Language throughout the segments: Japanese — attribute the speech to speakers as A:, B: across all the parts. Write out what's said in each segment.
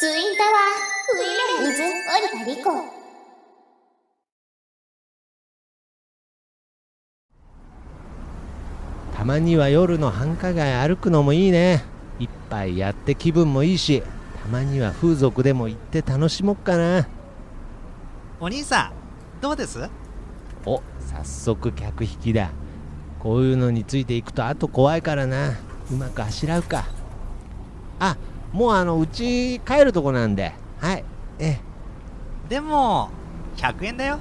A: ツインタワーウィメンズオリパリコ
B: たまには夜の繁華街歩くのもいいね一杯やって気分もいいしたまには風俗でも行って楽しもっかな
C: お兄さんどうです
B: お早速客引きだこういうのについていくとあと怖いからなうまくあしらうかあもうあのうち帰るとこなんではいえ
C: でも100円だよ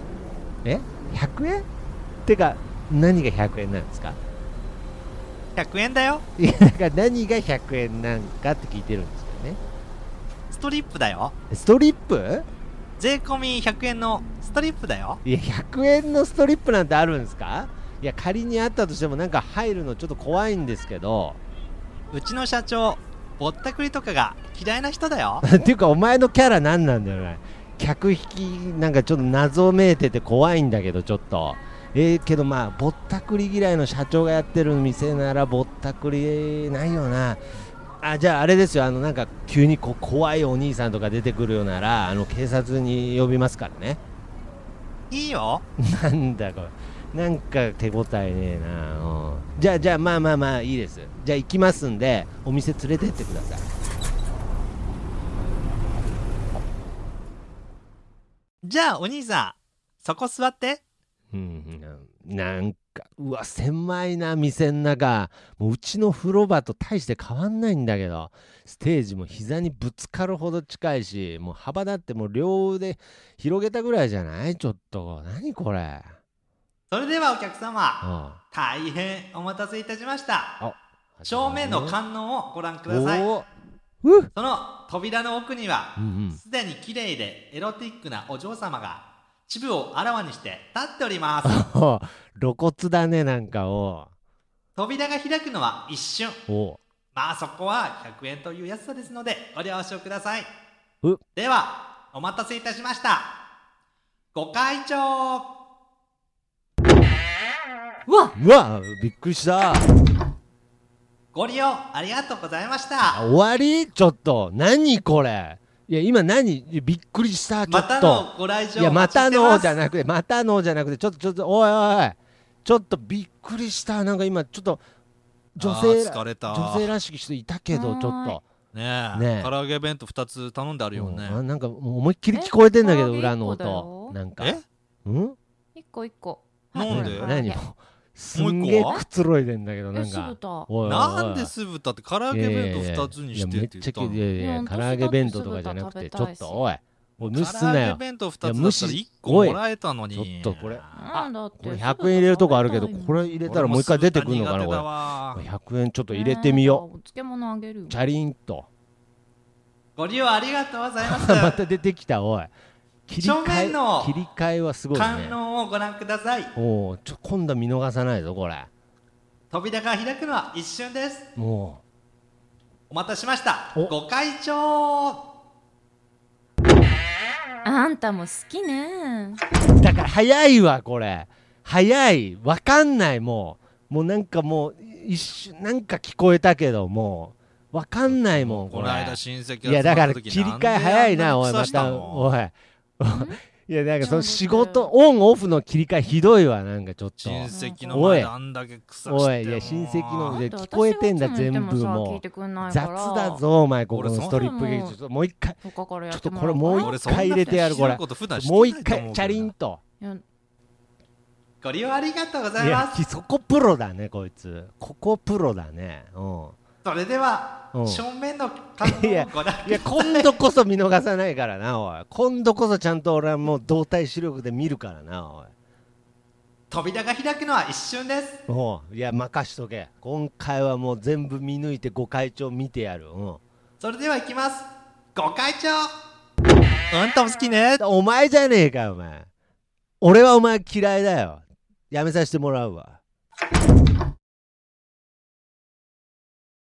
B: え100円てか何が100円なんですか
C: 100円だよ
B: いやだから何が100円なんかって聞いてるんですよね
C: ストリップだよ
B: ストリップ
C: 税込み100円のストリップだよ
B: いや100円のストリップなんてあるんですかいや仮にあったとしてもなんか入るのちょっと怖いんですけど
C: うちの社長ぼったくりとかが嫌いな人だよ
B: っていうかお前のキャラ何なんだよね客引きなんかちょっと謎めいてて怖いんだけどちょっとええけどまあぼったくり嫌いの社長がやってる店ならぼったくりないよなあじゃああれですよあのなんか急にこう怖いお兄さんとか出てくるようならあの警察に呼びますからね
C: いいよ
B: なんだこれなんか手応えねえなうんじゃあじゃあまあまあまあいいですじゃあ行きますんでお店連れてってください
C: じゃあお兄さんそこ座って
B: うんななんかうわ狭いな店の中もううちの風呂場と大して変わんないんだけどステージも膝にぶつかるほど近いしもう幅だってもう両腕広げたぐらいじゃないちょっと何これ
C: それではお客様
B: あ
C: 大変お待たせいたしました
B: あ
C: 正面の観音をご覧ください
B: おうっ
C: その扉の奥には
B: うんうん
C: すでに綺麗でエロティックなお嬢様がチブをあらわにして立っております
B: お 露骨だねなんかお
C: 扉が開くのは一瞬
B: お
C: まあそこは100円という安さですのでご了承くださいうではお待たせいたしましたご会長
D: うわ
B: うわびっくりした
C: ご利用ありがとうございまし
B: あ
C: た
B: 終わりちょっと何これいや今何いやびっくりしたちょ
C: ま
B: ったと、
C: のご来
B: い
C: 場
B: や、
C: お
B: ま
C: 待ち
B: た
C: して
B: の
C: ます
B: じゃなくて、またのじゃなくて、ちょっと、ちょっと、おいおいおい、ちょっとびっくりした、なんか今、ちょっと、女性
E: あー疲れた
B: 女性らしき人いたけど、
D: はーい
B: ちょっと、
E: ねえ
B: ね
E: 唐
B: え
E: 揚げ弁当2つ頼んであるよね、
B: うんあなんかもう思いっきり聞こえてんだけど、
D: え
B: 裏の
D: 唐
B: 音、
D: 揚げ一個だ
B: なんか、
E: え
B: うん
D: 一個一個
E: なんで
D: はい
B: 何
D: いや
B: すんげえ
E: もう一個は
B: くつろいでんだけど、
D: え
B: なん
D: 酢
B: か、
D: 豚
B: おいおいおい
E: なんで酢豚って唐揚げ弁当2つにしてって言ったの
B: いやいやいや
D: いや
B: めっちゃ
D: 私
B: いやいや唐揚げ弁当とかじゃなくてち
D: だ
B: ょ
D: って
B: っ
D: 酢
B: と
D: 豚
B: おいおい無視すん
E: 唐
B: な
E: 揚げ
B: よ
E: 弁当2つだったら
B: 無視
E: 1個もらえたのに
B: おいちょっとこれ
D: なんだって
B: これ100円入れるとこあるけど
D: 酢豚
B: これ入れたらもう一回出てくるのかな
E: 俺も酢豚苦手だ
B: これ
E: わ
B: 100円ちょっと入れてみよう
D: う、お漬物あげるよ
B: チャリンと
C: ご利用ありがとうございま
B: ますた出てきたおい切り
C: 正
B: 替え
C: 面の
B: 切り替えはすごいね
C: 観音をご覧ください
B: おおちょ今度は見逃さないぞこれ
C: 扉が開くのは一瞬です
B: も
C: お待たせしました
B: お
C: ご会長
D: あんたも好きね
B: うだから早いわこれ早いわかんないもうもうなんかもう一瞬なんか聞こえたけどもうわかんないもんこ
E: こ
B: れ
E: の間親戚
B: いやだから切り替え早いなおいま
E: した
B: お いいやなんかその仕
D: ちょ
B: 事
D: っと
B: オンオフの切り替えひどいわなんかちょっと
E: 親戚の
B: おい
E: 前であんだけ草して
B: おいいや親戚の
D: だ
B: で
D: って
B: 聞こえてんだ
D: 私がいつも言って
B: 全部
D: さ
B: もう
D: 聞いてくんないか
B: 雑
D: ら
B: だぞお前ここの
E: 俺そん
B: ストリップ劇場ちょっともう一回
D: 他からや
B: ちょ
D: っ
B: っと
D: ても
B: こ
D: ら
B: れ
D: おうか
B: も
D: な
B: う
E: 俺
B: 一
E: そんな
B: 回入れてやるこれ
E: 人のこと普段知ら
B: もう
E: ないと思う
B: 一
E: けど
B: 回チャリンと
D: いや
C: ご利用ありがとうござ
B: い
C: い
B: や
C: ま
B: き
C: す
B: そこプロだねこいつここプロだねうん
C: それでは
B: うん
C: 正面の観
B: い
C: 音
B: や
C: をご覧く
B: いや
C: ださい
B: 今度こそ見逃さないからなおい今度こそちゃんと俺はもう動体視力で見るからなおい
C: 扉が開くのは一瞬です
B: おういや任しとけ今回はもう全部見抜いてご会長見てやるうん
C: それでは行きますご会長
E: あんたも好きね
B: お前じゃねえかよお前俺はお前嫌いだよやめさせてもらうわ